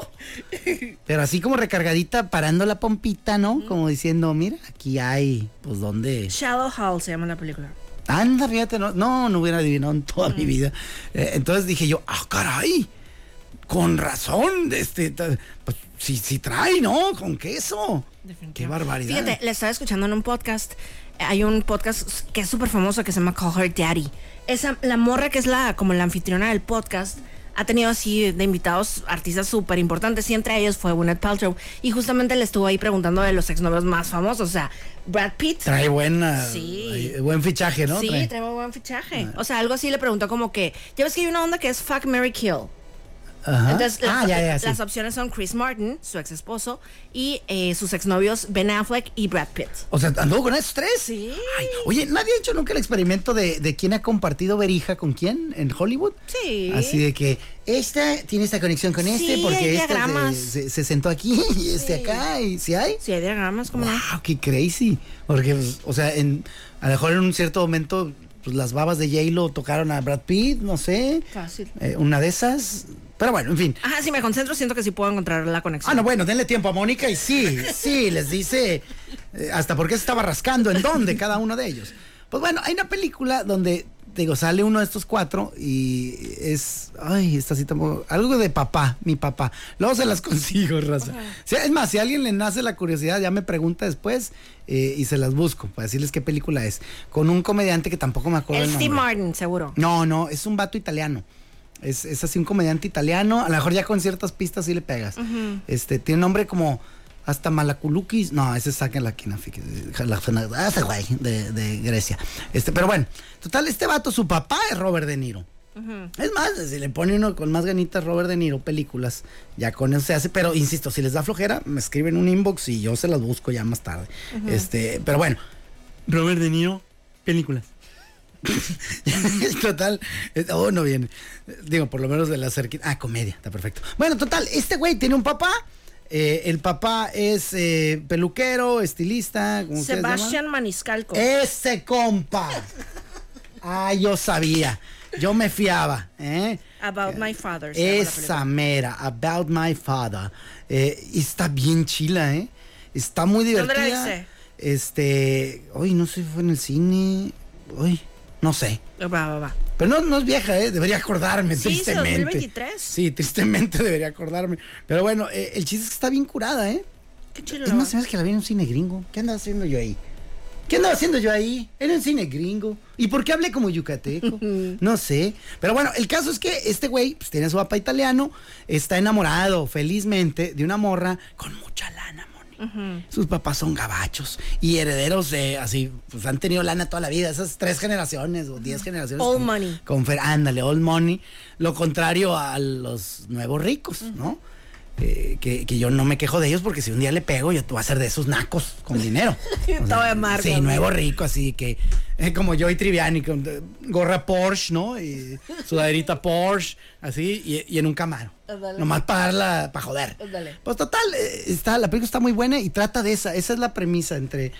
C: Pero así como recargadita, parando la pompita, ¿no? Como diciendo, mira, aquí hay, pues, ¿dónde?
A: Shallow Hall se llama la película.
C: Anda, fíjate, no, no, no hubiera adivinado en toda mi vida. Eh, entonces dije yo, ah, caray, con razón, este, ta- pues, si, si trae, ¿no? Con queso. Qué barbaridad.
A: Fíjate, la estaba escuchando en un podcast. Hay un podcast que es súper famoso que se llama Call Her Daddy. Esa, la morra que es la como la anfitriona del podcast ha tenido así de invitados artistas súper importantes y entre ellos fue Gwyneth Paltrow. Y justamente le estuvo ahí preguntando de los exnovios más famosos, o sea, Brad Pitt.
C: Trae buena,
A: Sí.
C: eh, buen fichaje, ¿no?
A: sí,
C: Trae- Ah.
A: trae. muy buen fichaje. O sea, algo así le preguntó como que, ya ves que hay una onda que es fuck, Mary kill.
C: Ajá.
A: Entonces, las,
C: ah, ya, ya, sí.
A: las opciones son Chris Martin, su ex esposo, y eh, sus exnovios Ben Affleck y Brad Pitt.
C: O sea, anduvo con esos tres.
A: Sí.
C: Ay, oye, ¿nadie ha hecho nunca el experimento de, de quién ha compartido verija con quién en Hollywood?
A: Sí.
C: Así de que esta tiene esta conexión con este
A: Sí, hay
C: porque esta se,
A: diagramas.
C: se- se sentó aquí y este acá y si hay.
A: Sí, hay diagramas, como no?
C: ¡Wow! ¡Qué crazy! Porque, pues, o sea, en, a lo mejor en un cierto momento pues, las babas de J-Lo tocaron a Brad Pitt, no sé.
A: Fácil.
C: Eh, una de esas. Pero bueno, en fin.
A: Ajá, si me concentro, siento que sí puedo encontrar la conexión.
C: Ah, no, bueno, denle tiempo a Mónica y sí, sí, les dice eh, hasta por qué se estaba rascando, en dónde cada uno de ellos. Pues bueno, hay una película donde, te digo, sale uno de estos cuatro y es, ay, está así como, algo de papá, mi papá. Luego se las consigo, raza. Sí, es más, si a alguien le nace la curiosidad, ya me pregunta después eh, y se las busco para decirles qué película es. Con un comediante que tampoco me acuerdo
A: El
C: el
A: Steve
C: nombre.
A: Martin, seguro.
C: No, no, es un vato italiano. Es, es así un comediante italiano. A lo mejor ya con ciertas pistas sí le pegas. Este, tiene nombre como hasta Malaculukis. No, ese es Zack en la quina, fíjate, la- ah, ese güey de, de Grecia. Este, pero bueno, total, este vato, su papá es Robert De Niro. Es más, si le pone uno con más ganitas Robert De Niro películas, ya con eso se hace, pero insisto, si les da flojera, me escriben un inbox y yo se las busco ya más tarde. Este, pero bueno, Robert De Niro películas. total, es- oh, no viene. Digo, por lo menos de la cerquita. Ah, comedia, está perfecto. Bueno, total, este güey tiene un papá. eh, el papá es eh, peluquero, estilista, como ustedes llaman.
A: Sebastián Maniscalco.
C: Eh, Ese compa. Ah, yo sabía. Yo me fiaba. ¿eh?
A: About My Father. se llama la
C: Esa mera, About My Father. Eh, y está bien chila, ¿eh? Está muy
A: ¿Dónde
C: divertida.
A: la viste?
C: Este. Hoy no sé, fue en el cine. Hoy. No sé.
A: película. Oh, Va, va, va.
C: Pero no, no es vieja, ¿eh? Debería acordarme,
A: Sí, dice
C: tristemente.
A: 2023.
C: Sí, tristemente debería acordarme. Pero bueno, eh, el chiste es que está bien curada, ¿eh?
A: Qué chido.
C: Es más, se me hace que la vi en un cine gringo. ¿Qué andaba haciendo yo ahí? ¿Qué andaba haciendo yo ahí? Era un cine gringo. ¿Y por qué hablé como yucateco? No sé. Pero bueno, el caso es que este güey pues, tiene a su papá italiano, está enamorado, felizmente, de una morra con mucha lana, Moni. Sus papás son gabachos y herederos de, así, pues han tenido lana toda la vida, esas tres generaciones o diez generaciones.
A: All
C: con-
A: money.
C: con fer- ándale, all money. Lo contrario a los nuevos ricos, ¿no? Eh, que, que yo no me quejo de ellos porque si un día le pego, yo te voy a hacer de esos nacos con dinero.
A: Todo amargo,
C: Sí,
A: güey.
C: nuevo rico, así que eh, como yo y Triviani, con eh, gorra Porsche, ¿no? Y sudaderita Porsche, así, y, y en un camaro.
A: Ándale.
C: Nomás pagarla para joder.
A: Ándale.
C: Pues total, eh, está, la película está muy buena y trata de esa. Esa es la premisa entre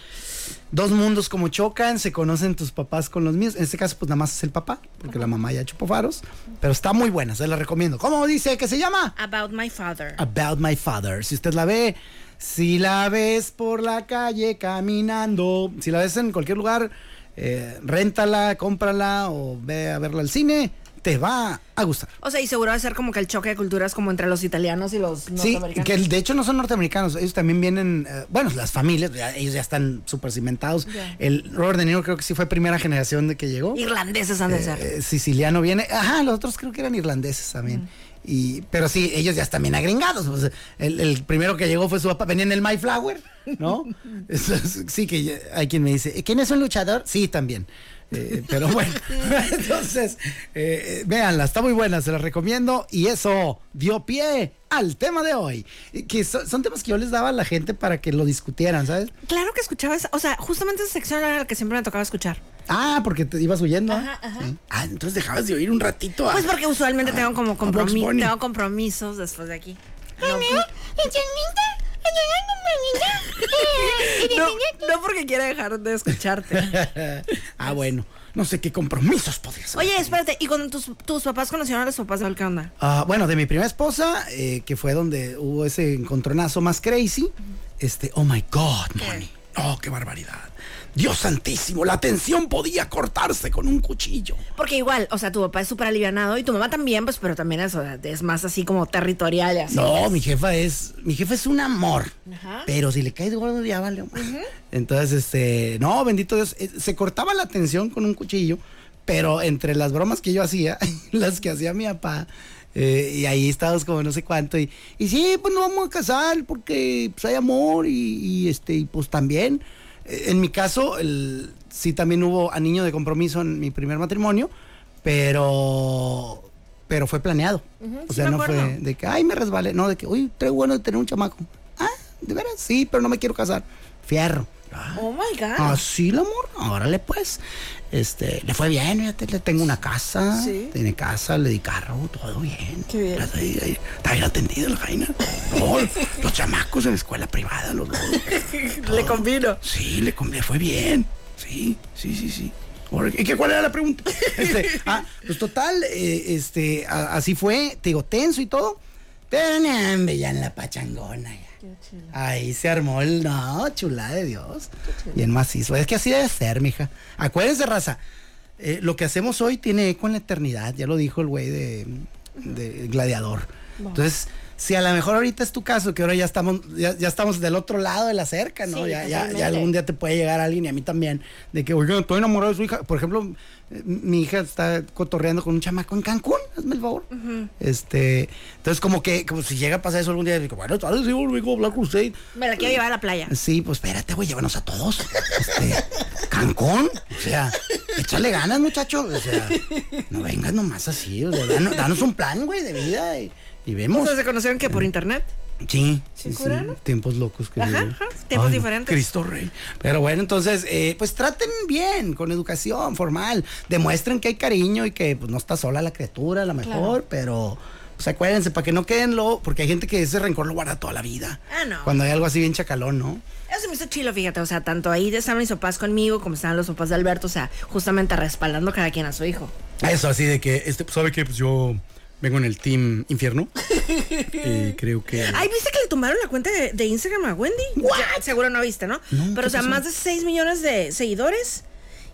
C: dos mundos como chocan, se conocen tus papás con los míos. En este caso, pues nada más es el papá, porque la mamá ya chupó faros. Pero está muy buena, se la recomiendo. ¿Cómo dice que se llama?
A: About My Father.
C: About My Father. Si usted la ve, si la ves por la calle caminando, si la ves en cualquier lugar, eh, réntala, cómprala o ve a verla al cine, te va a gustar.
A: O sea, y seguro va a ser como que el choque de culturas como entre los italianos y los
C: Sí,
A: norteamericanos.
C: que de hecho no son norteamericanos, ellos también vienen, eh, bueno, las familias, ya- ellos ya están súper cimentados.
A: Ya.
C: El Robert De Niro creo que sí fue primera generación de que llegó.
A: Irlandeses han de ser.
C: Eh, siciliano viene. Ajá, los otros creo que eran irlandeses también. Y, pero sí, ellos ya están bien agringados. pues, el, el primero que llegó fue su papá. Venía en el My Flower, ¿no? Eso es- sí, que ya- hay quien me dice, "¿Eh, ¿quién es un luchador? Sí, también. Eh, pero bueno, entonces, eh, véanla, está muy buena, se la recomiendo. Y eso dio pie al tema de hoy. Y Que so- son temas que yo les daba a la gente para que lo discutieran, ¿sabes?
A: Claro que escuchaba esa, o sea, justamente esa sección era la que siempre me tocaba escuchar.
C: Ah, porque te ibas huyendo. ¿ah? Sí. Ah, entonces dejabas de oír un ratito. a-
A: Pues porque usualmente tengo como compromi-
C: Ah, Bunny.
A: tengo compromisos después de aquí. No, no- no porque quiera dejar de escucharte.
C: ah, bueno. No sé qué compromisos podría ser.
A: Oye, espérate, ¿y cuando tus, tus papás conocieron a los papás de Val, qué onda?
C: Ah, bueno, de mi primera esposa, eh, que fue donde hubo ese encontronazo más crazy. Este, oh my God, Moni. Oh, qué barbaridad. Dios santísimo, la tensión podía cortarse con un cuchillo.
A: Porque igual, o sea, tu papá es súper alivianado y tu mamá también, pues, pero también es, o sea, es más así como territorial y así.
C: No, mi jefa es, mi jefa es un amor.
A: Ajá.
C: Pero si le caes gordo ya vale. hombre. Entonces, este, no, bendito Dios, eh, se cortaba la tensión con un cuchillo, pero entre las bromas que yo hacía, las que hacía mi papá, eh, y ahí estábamos como no sé cuánto y, y sí, pues nos vamos a casar porque pues, hay amor y, y, este y pues también Eh, en mi caso el, sí también hubo a niño de compromiso en mi primer matrimonio, pero pero fue planeado. o
A: sí
C: sea,
A: me
C: no
A: acuerdo.
C: fue de que, ay, me resbalé. No, de que, uy, traigo bueno de tener un chamaco. Ah, ¿de veras? Sí, pero no me quiero casar. Fierro.
A: Oh my God.
C: Así el amor. Órale, pues. Este, le fue bien, fíjate, le tengo una casa.
A: Sí.
C: Tiene casa, le di carro, todo bien.
A: Qué bien.
C: Está ahí- ahí- está bien atendida la jaina. No, los chamacos en la escuela privada, los dos.
A: Le combino.
C: Sí, le, com- le fue bien. Sí, sí, sí, sí. Ahora, ¿Y qué, cuál era la pregunta? Este, ah, pues total, eh, este, a- así fue, te digo, tenso y todo. Pero no, hombre, ya en la pachangona ya. Ahí se armó el no, chulada de Dios. Bien macizo. Es que así debe ser, mija. Acuérdense, raza. eh, lo que hacemos hoy tiene eco en la eternidad. Ya lo dijo el güey de, de Gladiador. Entonces, Si a lo mejor ahorita es tu caso, que ahora ya estamos, ya, ya estamos del otro lado de la cerca, ¿no?
A: Sí,
C: ya, ya- ya
A: totalmente.
C: algún día te puede llegar alguien y a mí también, de que, oiga, estoy enamorado de su hija. Por ejemplo, eh, mi hija está cotorreando con un chamaco en Cancún, hazme el favor. Este, entonces como que, como si llega a pasar eso algún día, digo, bueno, tal vez yo vengo a hablar con usted.
A: Me la quiero llevar a la playa.
C: Sí, pues espérate, güey, llévanos a todos. Este, Cancún, o sea, échale ganas, muchacho. O sea, no vengas nomás así, o sea, danos, danos un plan, güey, de vida y, y
A: O
C: vemos.
A: sea, se conocieron que por internet.
C: Sí,
A: ¿Se
C: sí, sí,
A: curaron?
C: tiempos locos que
A: Ajá,
C: viven.
A: ajá, tiempos
C: Ay,
A: diferentes.
C: Cristo Rey. Pero bueno, entonces, eh, pues traten bien, con educación formal. Demuestren que hay cariño y que pues, no está sola la criatura, a lo mejor, pero. Pues acuérdense, para que no queden lo. Porque hay gente que ese rencor lo guarda toda la vida.
A: Ah, no.
C: Cuando hay algo así bien chacalón, ¿no?
A: Eso se me hizo chilo, fíjate. O sea, tanto ahí de estaban mis papás conmigo como estaban los papás de Alberto. O sea, justamente respaldando cada quien a su hijo.
C: Eso, así de que, este, ¿sabe qué? Pues yo vengo en el Team Infierno. Eh, creo que.
A: Ay, ¿viste que le tomaron la cuenta de, de Instagram a Wendy? Ya, seguro no viste, ¿no?
C: No, ¿qué
A: Pero, o sea,
C: pasó?
A: más de 6 millones de seguidores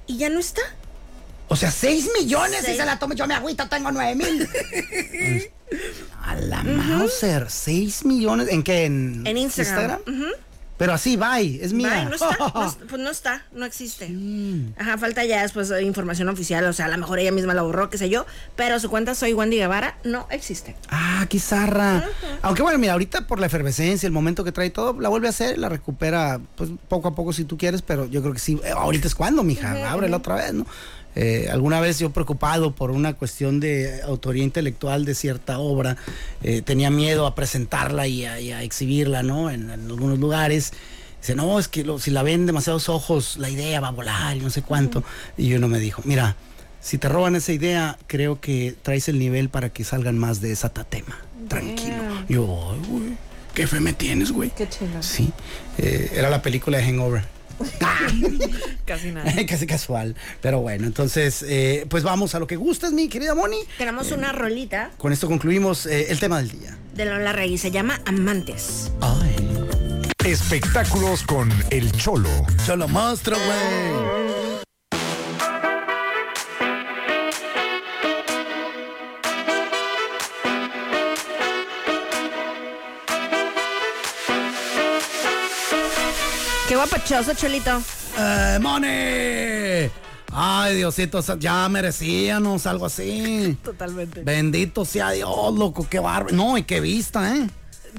A: y ya no está.
C: O sea, 6 millones
A: Seis.
C: y se la tome yo mi agüita, tengo 9 mil. A la Mauser, 6 millones. ¿En qué? ¿En,
A: En Instagram.
C: Pero así, bye, es mía.
A: Ay, no está, no es- pues no está, no existe. Ajá, falta ya después eh, información oficial, o sea, a lo mejor ella misma la borró, qué sé yo, pero su cuenta Soy Wendy Guevara no existe.
C: Ah, qué zarra. Aunque bueno, mira, ahorita por la efervescencia, el momento que trae todo, la vuelve a hacer, la recupera, pues poco a poco si tú quieres, pero yo creo que sí. Eh, Ahorita es cuando, mija, ábrela otra vez, ¿no? Eh, alguna vez yo preocupado por una cuestión de autoría intelectual de cierta obra, eh, tenía miedo a presentarla y a, y a exhibirla, ¿no? En, en algunos lugares. Dice, no, es que lo- si la ven demasiados ojos, la idea va a volar y no sé cuánto. Y uno me dijo, mira, si te roban esa idea, creo que traes el nivel para que salgan más de esa tatema. Tranquilo. Yo, ay, güey, qué fe me tienes, güey. Qué chido. Sí, eh, era la película de Hangover.
A: Casi nada.
C: Casi casual. Pero bueno, entonces, eh, pues vamos a lo que gustas, mi querida Moni.
A: Tenemos una rolita
C: Con esto concluimos eh, el tema del día.
A: de Lola Rey, se llama Amantes.
C: Ay,
G: Espectáculos con El Cholo.
C: yo lo monstruo, güey.
A: Qué guapachoso, Cholito.
C: Eh, Moni. Ay, Diosito, ya merecíamos algo así.
A: Totalmente.
C: Bendito sea Dios, loco, qué bárbaro. No, y qué vista, ¿eh?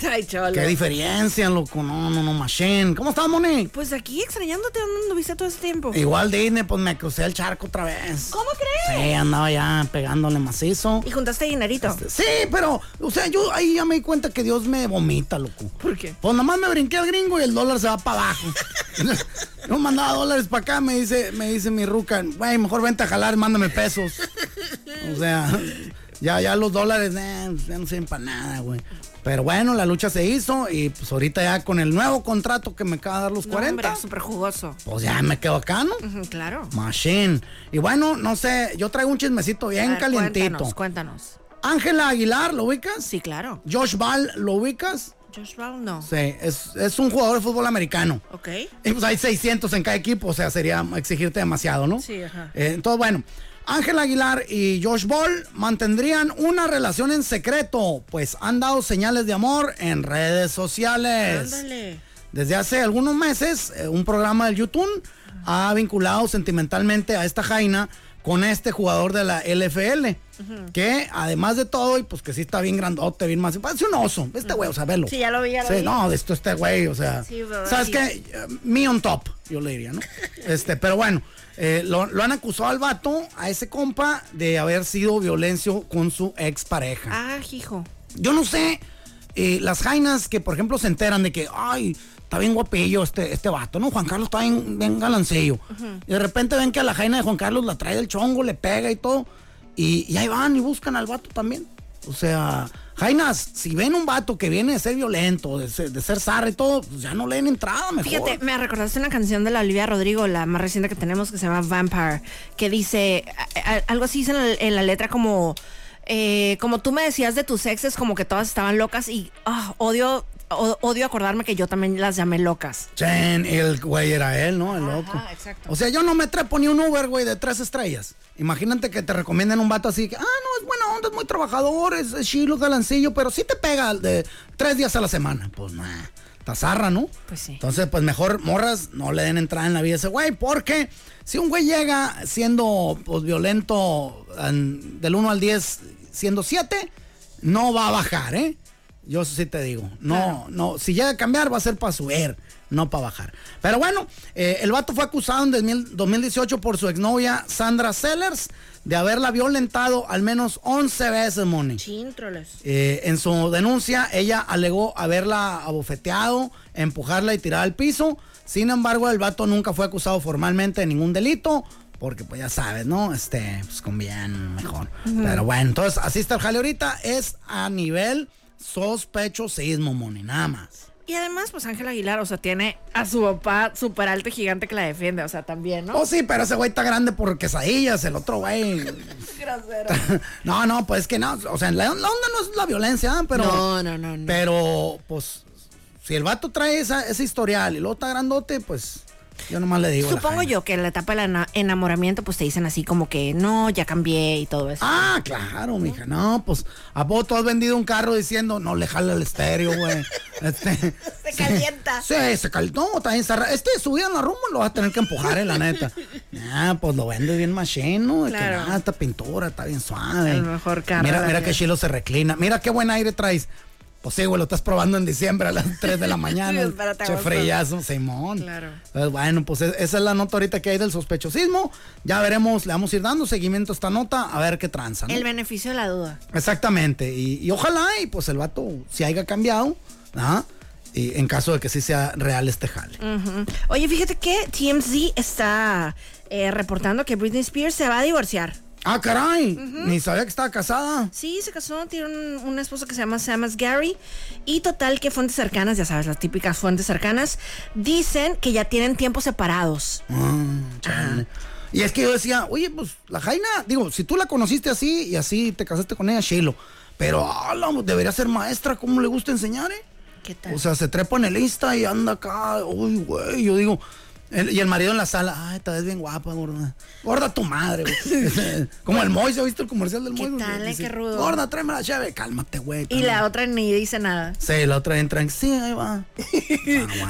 A: Ay, Cholo.
C: Qué diferencia, loco. No, no, no, machine. ¿Cómo estás, Moni?
A: Pues aquí extrañándote, ¿dónde anduviste todo ese tiempo?
C: Igual Disney, pues me crucé el charco otra vez.
A: ¿Cómo crees?
C: Sí, andaba ya pegándole macizo.
A: Y juntaste dinerito.
C: Sí, pero, o sea, yo ahí ya me di cuenta que Dios me vomita, loco.
A: ¿Por qué?
C: Pues nomás me brinqué al gringo y el dólar se va para abajo. yo mandaba dólares para acá, me dice, me dice mi ruca, güey, mejor vente a jalar, mándame pesos. O sea, ya, ya los dólares, eh, ya no sirven para nada, güey. Pero bueno, la lucha se hizo y pues ahorita ya con el nuevo contrato que me acaba de dar los
A: No,
C: 40,
A: Hombre, súper jugoso.
C: pues ya me quedo acá, ¿no?
A: Ujú, Claro.
C: Machine. Y bueno, no sé, yo traigo un chismecito bien
A: A ver,
C: calientito.
A: Cuéntanos, cuéntanos.
C: Ángela Aguilar, ¿lo ubicas?
A: Sí, claro.
C: Josh Ball, ¿lo ubicas?
A: Josh Brown, no.
C: Sí, es, es un jugador de fútbol americano.
A: Ok.
C: Y pues hay 600 en cada equipo, o sea, sería exigirte demasiado, ¿no?
A: Sí, ajá.
C: Eh, entonces, bueno, Ángel Aguilar y Josh Ball mantendrían una relación en secreto, pues han dado señales de amor en redes sociales.
A: Ándale.
C: Desde hace algunos meses, eh, un programa del YouTube ha vinculado sentimentalmente a esta Jaina con este jugador de la LFL. Que además de todo, y pues que sí está bien grandote, bien más. Parece un oso. Este güey, o sea, velo.
A: Sí, ya lo vi, ya lo
C: Sí,
A: vi.
C: no, de esto este güey, o sea.
A: Sí, bro,
C: ¿Sabes
A: sí.
C: qué? Eh, Me on top, yo le diría, ¿no? Este, pero bueno, eh, lo, lo han acusado al vato, a ese compa, de haber sido violencio con su expareja.
A: Ah, hijo.
C: Yo no sé, eh, las jainas que, por ejemplo, se enteran de que, ay, está bien guapillo este, este vato, ¿no? Juan Carlos está bien, bien galancillo. Y de repente ven que a la jaina de Juan Carlos la trae del chongo, le pega y todo. Y, y ahí van y buscan al vato también. O sea, jainas, si ven un vato que viene de ser violento, de ser, de ser zarra y todo, pues ya no le den entrada, mejor.
A: Fíjate, me recordaste una canción de la Olivia Rodrigo, la más reciente que tenemos, que se llama Vampire, que dice, a- a- algo así dice en la, en la letra como, eh, como tú me decías de tus exes, como que todas estaban locas y ah, odio o- odio acordarme que yo también las llamé locas.
C: Chen, el güey era él, ¿no? El loco.
A: exacto.
C: O sea, yo no me trepo ni un Uber, güey, de tres estrellas. Imagínate que te recomiendan un vato así que, ah, no, es buena onda, es muy trabajador, es, es chilo, es galancillo, pero sí te pega de tres días a la semana. Pues nah, tazarra, ¿no?
A: Pues sí.
C: Entonces, pues mejor morras, no le den entrada en la vida a ese güey, porque si un güey llega siendo pues, violento en- del 1 al 10, siendo 7, no va a bajar, ¿eh? Yo eso sí te digo. No, no, si llega a cambiar va a ser para subir, no para bajar. Pero bueno, eh, el vato fue acusado en 2000 2018 por su exnovia Sandra Sellers de haberla violentado al menos 11 veces, Moni.
A: Chintroles.
C: Eh, en su denuncia, ella alegó haberla abofeteado, empujarla y tirar al piso. Sin embargo, el vato nunca fue acusado formalmente de ningún delito. Porque, pues ya sabes, ¿no? Este, pues conviene mejor. Pero bueno, entonces, así está el jale ahorita. Es a nivel sospechosismo, Moni, nada más.
A: Y además, pues Ángel Aguilar, o sea, tiene a su papá súper alto y gigante que la defiende, o sea, también, ¿no?
C: Oh, sí, pero ese güey está grande por quesadillas, el otro güey.
A: Grosero.
C: no, no, pues es que no. O sea, la, la onda no es la violencia, ¿eh? pero.
A: No, no, no, no.
C: Pero, pues, si el vato trae esa, ese historial y luego está grandote, pues yo nomás le digo. a la
A: Supongo
C: Jaime.
A: yo que en la etapa del ena- enamoramiento, pues te dicen así como que no, ya cambié y todo eso.
C: Ah, claro, mija. No, pues, ¿a poco tú has vendido un carro diciendo no le jala el estéreo, güey? Este,
A: Se calienta.
C: Sí, se calienta. No, está bien cerrado. Este subida en la rumba lo vas a tener que empujar, eh, la neta. Ah, pues lo vende bien machín, ¿no? De que,
A: Claro.
C: ah, esta pintura está bien suave.
A: A lo mejor carro
C: Mira,
A: la
C: mira
A: que-
C: qué chilo se reclina. Mira qué buen aire traes. Pues sí, güey, lo estás probando en diciembre a las 3 de la mañana.
A: Sí, espérate,
C: che
A: agosto.
C: frillazo, Simón.
A: Claro.
C: Pues, bueno, pues es- esa es la nota ahorita que hay del sospechosismo. Ya veremos, le vamos a ir dando seguimiento a esta nota, a ver qué tranza. ¿no?
A: El beneficio de la duda.
C: Exactamente. Y, y ojalá, y pues el vato se haya cambiado, ¿ah? Y en caso de que sí sea real este jale.
A: Ujú. Oye, fíjate que TMZ está eh, reportando que Britney Spears se va a divorciar.
C: Ah, caray. Ni sabía que estaba casada.
A: Sí, se casó, tiene un, un esposo que se llama Sam Gary. Y total que fuentes cercanas, ya sabes, las típicas fuentes cercanas, dicen que ya tienen tiempos separados.
C: Ah, chale. Y es que yo decía, oye, pues la Jaina, digo, si tú la conociste así y así te casaste con ella, Shilo. Pero ala, debería ser maestra, ¿cómo le gusta enseñar, eh?
A: ¿Qué tal?
C: O sea, se trepa en el Insta y anda acá. Uy, güey. Yo digo. el- y el marido en la sala. Ay, te ves bien guapa, gorda. Gorda tu madre, güey. Como el Moise, ¿viste el comercial del
A: ¿Qué
C: Moise?
A: tal, eh?
C: Dice,
A: Qué rudo.
C: Gorda, tráeme la chave. Cálmate, güey.
A: y la
C: cálmate".
A: otra ni dice nada.
C: Sí, la otra entra en. Sí, ahí va.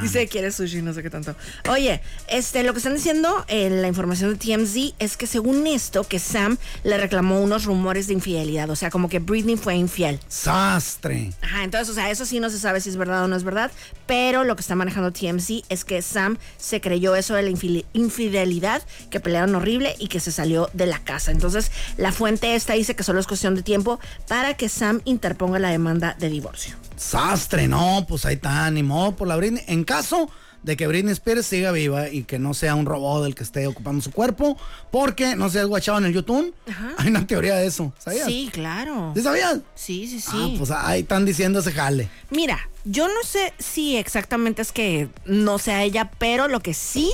A: Dice que quiere sushi, no sé qué tanto. Oye, este, lo que están diciendo en la información de TMZ es que según esto, que Sam le reclamó unos rumores de infidelidad. O sea, como que Britney fue infiel.
C: Sastre.
A: Ajá, entonces, o sea, eso sí no se sabe si es verdad o no es verdad, pero lo que está manejando TMZ es que Sam se creyó eso de la infili- infidelidad, que pelearon horrible y que se salió de la casa. Entonces, la fuente esta dice que solo es cuestión de tiempo para que Sam interponga la demanda de divorcio.
C: Sastre, no, pues ahí está, ni modo por la Britney. En caso de que Britney Spears siga viva y que no sea un robot el que esté ocupando su cuerpo, porque no se ha guachado en el YouTube, hay una teoría de eso. ¿Sabías?
A: Sí, claro.
C: ¿Sí sabías?
A: Sí, sí, sí.
C: Ah, pues ahí están diciendo ese jale.
A: Mira, yo no sé si exactamente es que no sea ella, pero lo que sí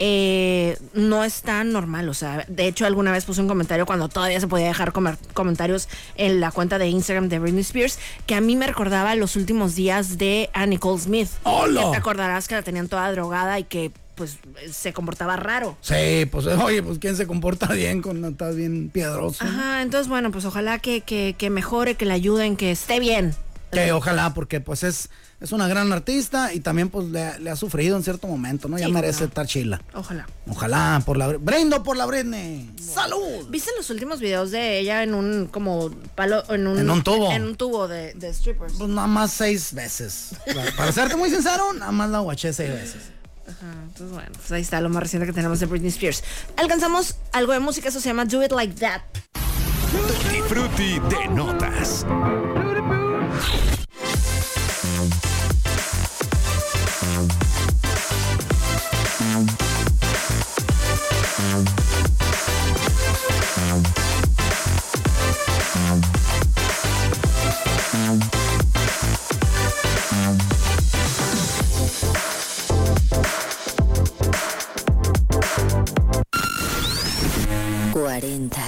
A: eh, no es tan normal. O sea, de hecho, alguna vez puse un comentario cuando todavía se podía dejar comer- comentarios en la cuenta de Instagram de Britney Spears, que a mí me recordaba los últimos días de a Nicole Smith.
C: ¡Hola!
A: Que Te acordarás que la tenían toda drogada y que pues se comportaba raro.
C: Sí, pues oye, pues quién se comporta bien con estás bien piedroso.
A: Ajá, entonces bueno, pues ojalá que, que, que mejore, que la ayuden, que esté bien.
C: Que ojalá, porque pues es, es una gran artista y también pues le, le ha sufrido en cierto momento, ¿no? Ya
A: Sí,
C: merece
A: claro.
C: estar chila.
A: Ojalá.
C: Ojalá, por la Br- brindo por la Britney. ¡Salud!
A: ¿Viste los últimos videos de ella en un como palo en un,
C: En un tubo.
A: en un tubo de, de strippers?
C: Pues nada más seis veces. Para- Para serte muy sincero, nada más la guaché seis veces.
A: Ajá, entonces bueno, pues ahí está lo más reciente que tenemos de Britney Spears. Alcanzamos algo de música, eso se llama Do It Like That.
D: Tutti Frutti de notas.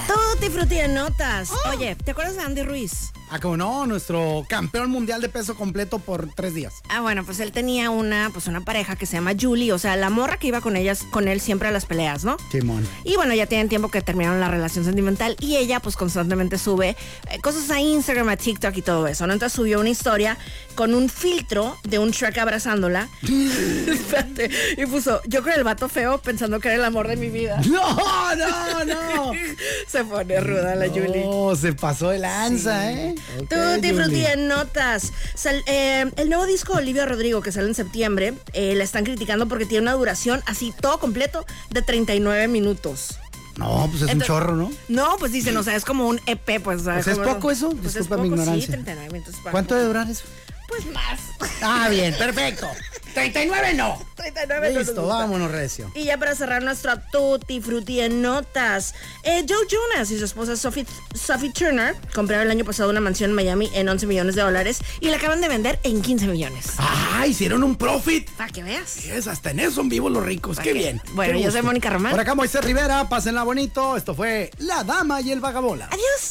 C: Oh.
A: Tutti frutti de notas. Oye, ¿te acuerdas de Andy Ruiz?
C: Ah, como no, nuestro campeón mundial de peso completo por tres días.
A: Ah, bueno, pues él tenía una, pues una pareja que se llama Julie, o sea, la morra que iba con ellas, con él siempre a las peleas, ¿no?
C: Simón.
A: Y bueno, ya tienen tiempo que terminaron la relación sentimental y ella pues constantemente sube eh, cosas a Instagram, a TikTok y todo eso, ¿no? Entonces subió una historia con un filtro de un Shrek abrazándola. Espérate, y puso, yo con el vato feo pensando que era el amor de mi vida.
C: No, no, no.
A: Se pone ruda la Julie.
C: No, se pasó de lanza, ¿eh?
A: Tutti Frutti
C: Ok, Julie.
A: en notas. Sal- eh, el nuevo disco de Olivia Rodrigo que sale en septiembre, eh, la están criticando porque tiene una duración así todo completo de 39 minutos.
C: No, pues es un
A: Entonces-
C: chorro, ¿no?
A: No, pues dicen, o sea, es como un EP, pues. ¿sabes
C: Pues es
A: cómo?
C: poco eso,
A: Pues es
C: disculpa
A: poco,
C: mi ignorancia.
A: Sí, 39 minutos. para-
C: ¿Cuánto debe durar eso?
A: Pues más.
C: Ah, bien, perfecto. 39 no.
A: 39 minutos.
C: Listo, vámonos, Recio.
A: pues, Y ya para cerrar nuestro Tutti Frutti en notas, eh, Joe Jonas y su esposa Sophie, Sophie Turner compraron el año pasado una mansión en Miami en 11 millones de dólares y la acaban de vender en 15 millones.
C: Ah, hicieron un profit.
A: Para que veas.
C: Es, hasta en eso son vivos los ricos. Qué bien.
A: Bueno,
C: Qué
A: yo soy
C: gusto.
A: Mónica Román.
C: Por acá Moisés Rivera, pásenla bonito. Esto fue La Dama y el Vagabola.
A: Adiós.